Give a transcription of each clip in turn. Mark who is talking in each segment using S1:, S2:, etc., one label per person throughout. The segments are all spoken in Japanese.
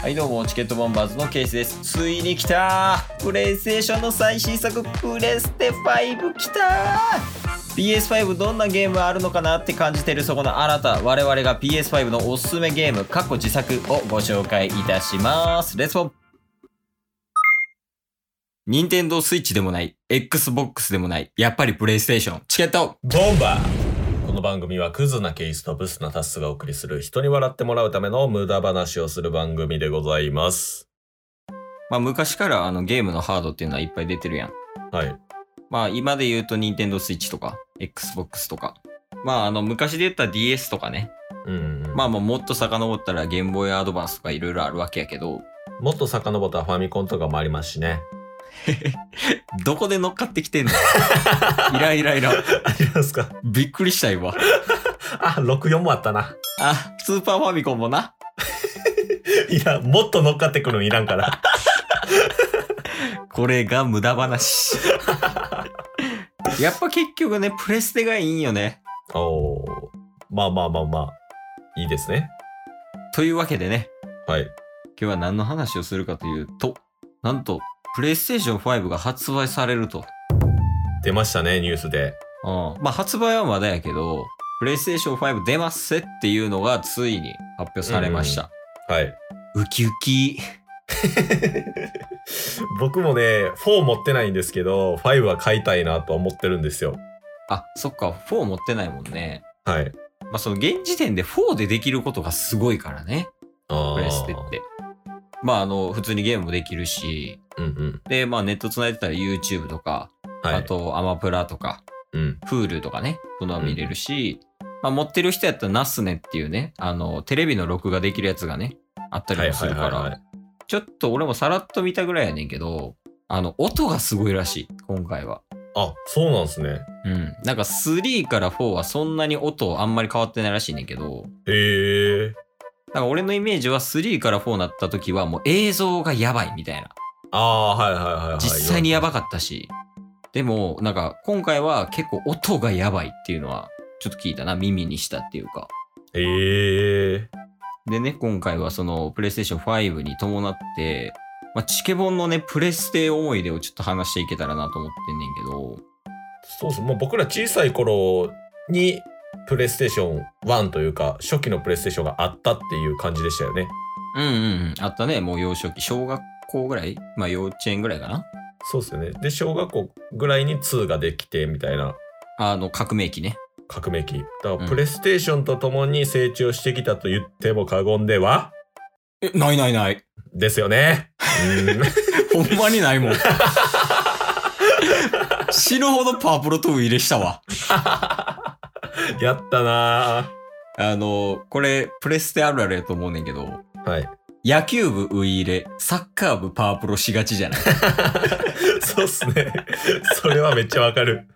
S1: はいどうもチケットボンバーズのケイスですついに来たプレイステーションの最新作プレステ5来た PS5 どんなゲームあるのかなって感じてるそこのあなた我々が PS5 のおすすめゲームかっこ自作をご紹介いたしますレッツボン任天堂スイッチでもない XBOX でもないやっぱりプレイステーションチケット
S2: ボンバーこの番組はクズなケイスとブスなタスがお送りする人に笑ってもらうための無駄話をする番組でございます。
S1: まあ昔からあのゲームのハードっていうのはいっぱい出てるやん
S2: はい。
S1: まあ今で言うと Nintendo Switch とか Xbox とか。まああの昔で言った DS とかね。
S2: うん、う
S1: ま
S2: ん。ま
S1: あもうもっと遡ったらゲームボーイアドバンスとかいろいろあるわけやけど、
S2: あ、もっと遡ったらファミコンとかもありますしね。
S1: どこで乗っかってきてんのイライライラ。
S2: ありますか
S1: びっくりした今。
S2: あ、64もあったな。
S1: あ、スーパーファミコンもな。
S2: いや、もっと乗っかってくるのいら んから。
S1: これが無駄話。やっぱ結局ね、プレステがいいんよね。
S2: おー。まあまあまあまあ。いいですね。
S1: というわけでね、
S2: はい。
S1: 今日は何の話をするかというと、なんと、プレイステーション5が発売されると。
S2: 出ましたね、ニュースで。
S1: うん。まあ、発売はまだやけど、プレイステーション5出ますせっていうのがついに発表されました。
S2: はい。
S1: ウキウキ。
S2: 僕もね、4持ってないんですけど、5は買いたいなとは思ってるんですよ。
S1: あ、そっか、4持ってないもんね。
S2: はい。
S1: まあ、その現時点で4でできることがすごいからね。
S2: あー
S1: プレステって。まあ、あの、普通にゲームもできるし、
S2: うんうん。
S1: で、まあ、ネット繋いでたら YouTube とか、
S2: はい。
S1: あと、アマプラとか、
S2: うん。
S1: Hulu とかね、そんなの見れるし、まあ、持ってる人やったらナスネっていうね、あの、テレビの録画できるやつがね、あったりもするから、
S2: い。
S1: ちょっと俺もさらっと見たぐらいやねんけど、あの、音がすごいらしい、今回は。
S2: あ、そうなんですね。
S1: うん。なんか3から4はそんなに音あんまり変わってないらしいねんけど、
S2: へえ。
S1: なんか俺のイメージは3から4になった時はもう映像がやばいみたいな。
S2: ああー、はいはいはいはい。
S1: 実際にやばかったし。でも、なんか今回は結構音がやばいっていうのはちょっと聞いたな、耳にしたっていうか。
S2: へえ。
S1: でね、今回はそのプレイステーション5に伴って、まあ、チケボンのね、プレステ思い出をちょっと話していけたらなと思ってんねんけど、
S2: そうそう。もう僕ら小さい頃に、プレイステーション1というか、初期のプレイステーションがあったっていう感じでしたよね。
S1: うんうんうん。あったね。もう幼少期。小学校ぐらいまあ幼稚園ぐらいかな。
S2: そうですよね。で、小学校ぐらいに2ができて、みたいな
S1: あの、革命期ね。
S2: 革命期。だか
S1: うん
S2: ら、プレイステーションと共に成長してきたと言っても過言では、
S1: え、ないない ない。
S2: です よね。うん。
S1: ほんまにない もん。死ぬほどパープロトーン入れしたわ。
S2: やったな
S1: あの、これ、プレステあるあるやと思うねんけど、
S2: ーはい。
S1: 野球部ウイ入れ、サッカー部パープロしがちじゃない
S2: そうっすね。それはめっちゃわかる。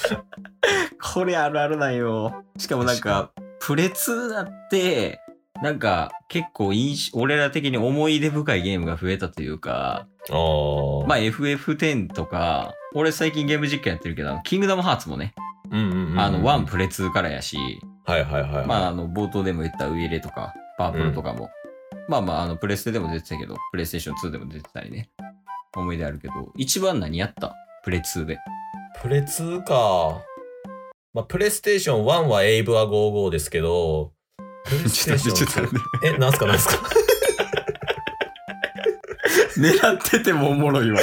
S1: これあるあるなんよ。しかもなんか、プレ2だって、なんか、結構印象、俺ら的に思い出深いゲームが増えたというか、
S2: ああ。
S1: まあ FF10 とか、俺最近ゲーム実況やってるけど、あのキングダムハーツもね、
S2: うんうんうん、
S1: あの1プレ2からやし、
S2: はいはいはいはい。
S1: まああの冒頭でも言ったウイレとか、パープルとかも、まあまああのプレステでも出てたけど、プレイステーション2でも出てたりね、思い出あるけど、一番何やったプレ2で。
S2: プレ2か。まあ、プレイステーション1はエイブは55ですけど、プレイステ ーション2え、なんすかなんすか
S1: 狙っててもおもろ いわ。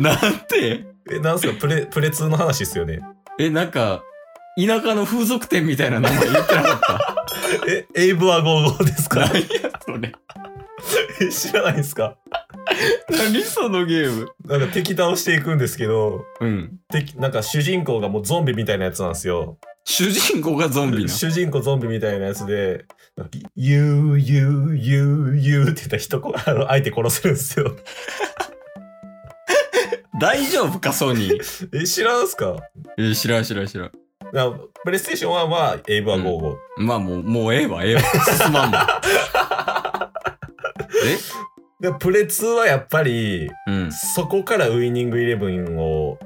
S1: なんて
S2: え、なんすかプレ、プレ2の話っすよね。
S1: え、なんか、田舎の風俗店みたいな名前言ってなか った。
S2: え、エイブは55ですか
S1: 何やそれ。
S2: え知らないんすか
S1: 何そのゲーム。
S2: なんか敵倒していくんですけど、
S1: うん。
S2: 敵、なんか主人公がもうゾンビみたいなやつなんですよ。
S1: 主人公がゾンビな。
S2: 主人公ゾンビみたいなやつで、なんかゆうゆうゆうゆうって言ったら人こ、あの、相手殺せるんですよ。
S1: 大丈夫か、ソニー。
S2: え、知らんすか
S1: えー、知らん知らん知らん。
S2: なプレイステーション1はエイブは55。
S1: まあもう、もうええわ、ええわ。進まん わ。
S2: でプレ2はやっぱり
S1: えうん。
S2: そこからウイニングイレブンを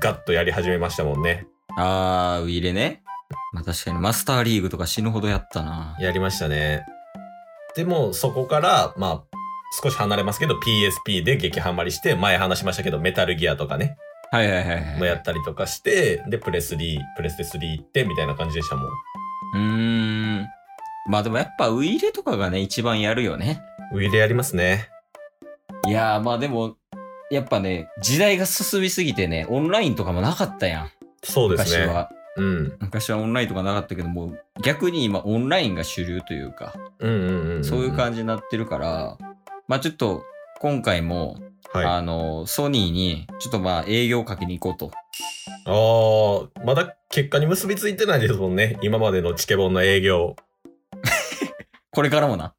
S2: ガッとやり始めましたもんね。
S1: あー、ウイレね。まあ確かにマスターリーグとか死ぬほどやったな。
S2: やりましたね。でも、そこから、まあ、少し離れますけど、PSP で激ハマりして、前話しましたけど、メタルギアとかね、
S1: はいはいはい
S2: も
S1: はい。
S2: やったりとかして、で、プレス3、プレステ3行って、みたいな感じでしたも
S1: う
S2: ん。
S1: ーん。まあでもやっぱウイイレとかがね、一番やるよね。
S2: ウィレやりますね。
S1: いやーまあでも、やっぱね、時代が進みすぎてね、オンラインとかもなかったやん。
S2: そうです
S1: 昔
S2: ね。
S1: は。
S2: うん。
S1: 昔はオンラインとかなかったけども、逆に今オンラインが主流というか、
S2: うんうんうん、うん。
S1: そういう
S2: じ。
S1: 感じになってるから、まあちょっと今回も、
S2: はい。あ
S1: あの、ソニーに、ちょっとまあ営業をかけに行こうと。
S2: あー、まだ結果に結びついてないですもんね。今までのチケボンの営業。
S1: これからも な。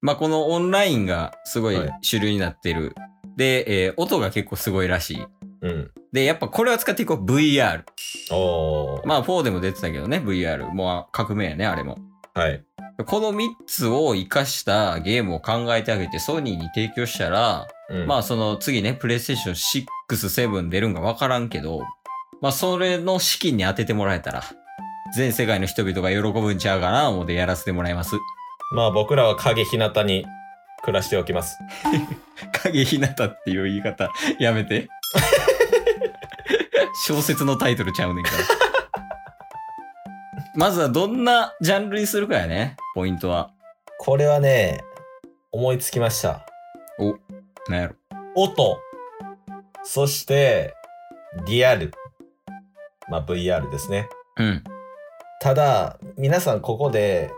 S1: まあこのオンラインがすごい
S2: はい
S1: 主流になってる。で、えー音が結構すごいらしい。
S2: うん。
S1: で、やっぱこれを使っていこう。VR。
S2: おー。
S1: まあ4でも出てたけどね、VR。もう革命やね、あれも。
S2: はい。
S1: この3つを活かしたゲームを考えてあげて、ソニーに提供したら、
S2: うん、
S1: まあその次ね、プレイステーション6、7出るんかわからんけど、まあそれの資金に当ててもらえたら、全世界の人々が喜ぶんちゃうかな、思ってやらせてもらいます。
S2: まあ僕らは影日向に暮らしておきます。
S1: 影ひなたっていう言い方、やめて。 小説のタイトルちゃうねんから。 まずはどんなジャンルにするかやね、ポイントは。
S2: これはね、思いつきました。
S1: なんやろ。
S2: 音。そして、リアル。まあ VR ですね。
S1: うん。
S2: ただ、皆さんここで、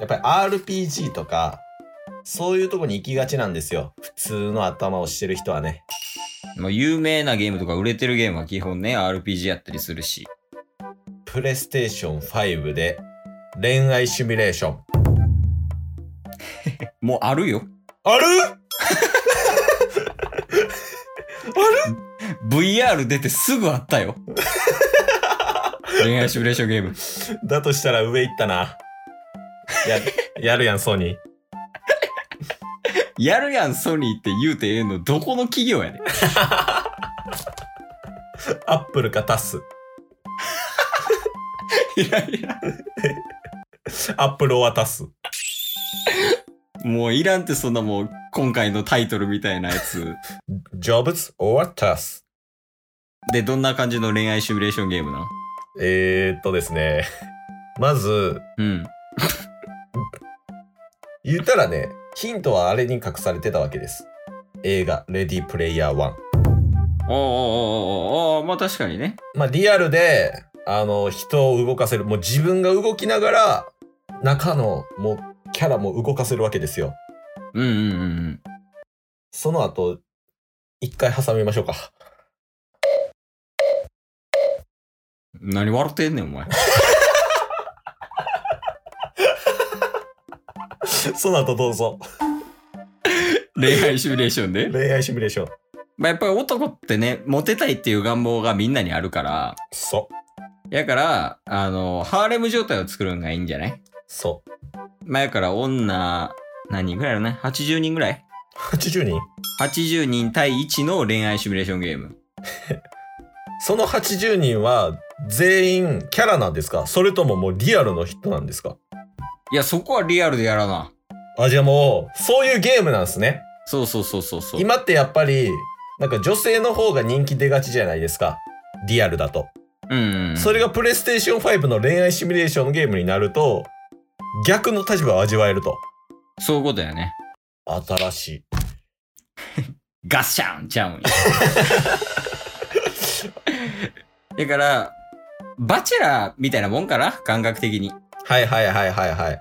S2: やっぱり RPG とか、そういうとこに行きがちなんですよ。普通の頭をしてる人はね。
S1: もう有名なゲームとか売れてるゲームは基本ね、RPG やったりするし。
S2: プレイステーション5で、恋愛シミュレーション。
S1: もうあるよ。
S2: ある
S1: VR 出てすぐあったよ。恋愛シミュレーションゲーム。
S2: だとしたら上行ったな。や、 やるやん、ソニー。
S1: やるやん、ソニーって言うてええの、どこの企業やねん。
S2: アップルかタス。
S1: いらんいらん。
S2: アップルを渡す。
S1: もういらんってそんなもう、今回のタイトルみたいなやつ。
S2: ジョブズ or タス。
S1: で、どんな感じの恋愛シミュレーションゲームな
S2: えー、っとですね。まず、
S1: うん。
S2: 言ったらね、ヒントはあれに隠されてたわけです。映画、レディプレイヤー1。
S1: おーおーおーおーおーまあ確かにね。
S2: まあ、リアルで、あの、人を動かせる。もう自分が動きながら、中の、もう、キャラも動かせるわけですよ。
S1: うんうんうんうん。
S2: その後、一回挟みましょうか。
S1: 何笑ってんねん、お前。
S2: その後どうぞ。
S1: 恋愛シミュレーションで。
S2: 恋愛シミュレーション。
S1: まあやっぱり男ってね、モテたいっていう願望がみんなにあるから、
S2: そ、
S1: やから、あの、ハーレム状態を作るのがいいんじゃない
S2: そ。
S1: まあやから女、何人ぐらいだね ?80 人ぐらい
S2: 80人
S1: ?80 人対1の恋愛シミュレーションゲーム。
S2: その80人は全員キャラなんですかそれとももうリアルの人なんですか
S1: いや、そこはリアルでやらな。
S2: あ、じゃあもう、そういうゲームなんですね。
S1: そうそうそうそうそう。
S2: 今ってやっぱり、なんか女性の方が人気出がちじゃないですか。リアルだと。
S1: うんうんうん。
S2: それがプレイステーション5の恋愛シミュレーションのゲームになると、逆の立場を味わえると。
S1: そういうことやね。
S2: 新しい。
S1: ガッシャンち ゃうんよだから、バチェラーみたいなもんかな感覚的に。
S2: はいはいはいはいはい。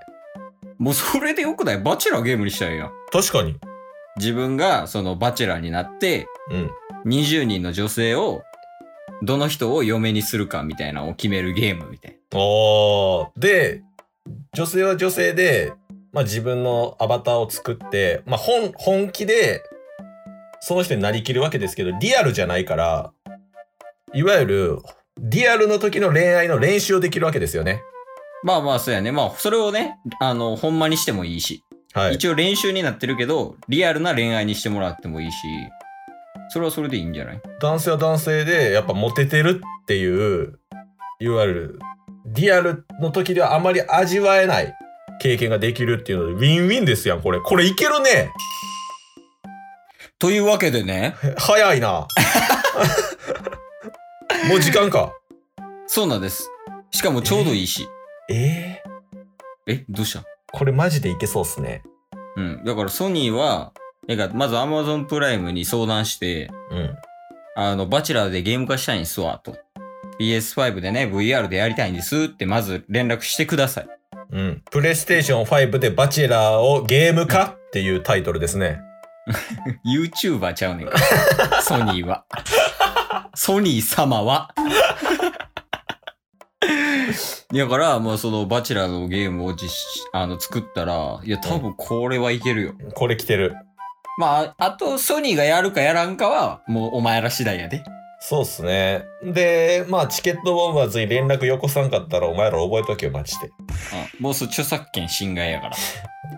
S1: もうそれでよくないバチェラーゲームにしたいよ。
S2: 確かに。
S1: 自分がそのバチェラーになって、
S2: うん。
S1: 20人の女性を、どの人を嫁にするかみたいなのを決めるゲームみたいな。
S2: おーで女性は女性で、まあ、自分のアバターを作って、まあ、本本気でその人になりきるわけですけどリアルじゃないからいわゆるリアルの時の恋愛の練習をできるわけですよね。
S1: まあまあ、そうやね。まあ、それをね、あの、ほんまにしてもいいし。
S2: はい、
S1: 一応練習になってるけど、リアルな恋愛にしてもらってもいいし。それはそれでいいんじゃない
S2: 男性は男性でやっぱモテてるっていういわゆるリアルの時ではあまり味わえない経験ができるっていうので、ウィンウィンですやん、これ。これいけるね。
S1: というわけでね、
S2: 早い な。もう時間か。
S1: そうなんです。しかもちょうどいいし。
S2: えー、
S1: え、どうした
S2: これマジでいけそうっすね。
S1: うん。だからソニーは、なんかまず Amazon プライムに相談して、
S2: うん。
S1: あの、バチェラーでゲーム化したいんですわ、と。PS5 でね、VR でやりたいんですって、まず連絡してください。
S2: うん。プレイステーション5でバチェラーをゲーム化っていうタイトルですね。
S1: YouTuber ちゃうねんから。ソニーは。ソニー様は。だから、もうその、バチェラーのゲームを実施、あの、作ったら、いや、多分これはいけるよ。
S2: これ来てる。
S1: まあ、あと、ソニーがやるかやらんかは、もうお前ら次第やで。
S2: そうっすね。で、まあ、チケットボンバーズに連絡よこさんかったら、お前ら覚えとけよ、マジで。
S1: うん。もうそれ著作権侵害やから。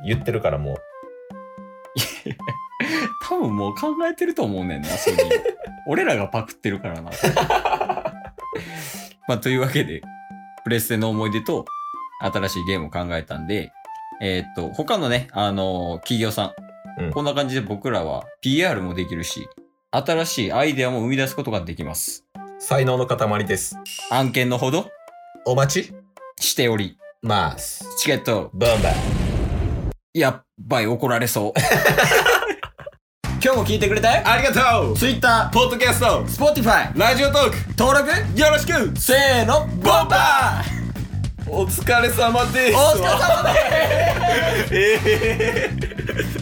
S2: 言ってるからもう。
S1: 多分もう考えてると思うねんな、ソニー。 俺らがパクってるから な。まあ、というわけで、プレステの思い出と、新しいゲームを考えたんで、えーっと、他のね、あのー企業さん、
S2: うん
S1: こんな感じで僕らは PR もできるし、新しいアイデアも生み出すことができます。
S2: 才能の塊です。
S1: 案件のほど
S2: お待ち
S1: しており、
S2: ます。
S1: チケット、
S2: ボンバー。
S1: やっばい怒られそう。 今日も聞いてくれたよ
S2: ありがとう
S1: Twitter、
S2: ポッドキャスト
S1: Spotify、
S2: ラジオトーク
S1: 登録、
S2: よろしく
S1: せーの、ボンバー
S2: お疲れ様です
S1: お疲れ様です
S2: ええ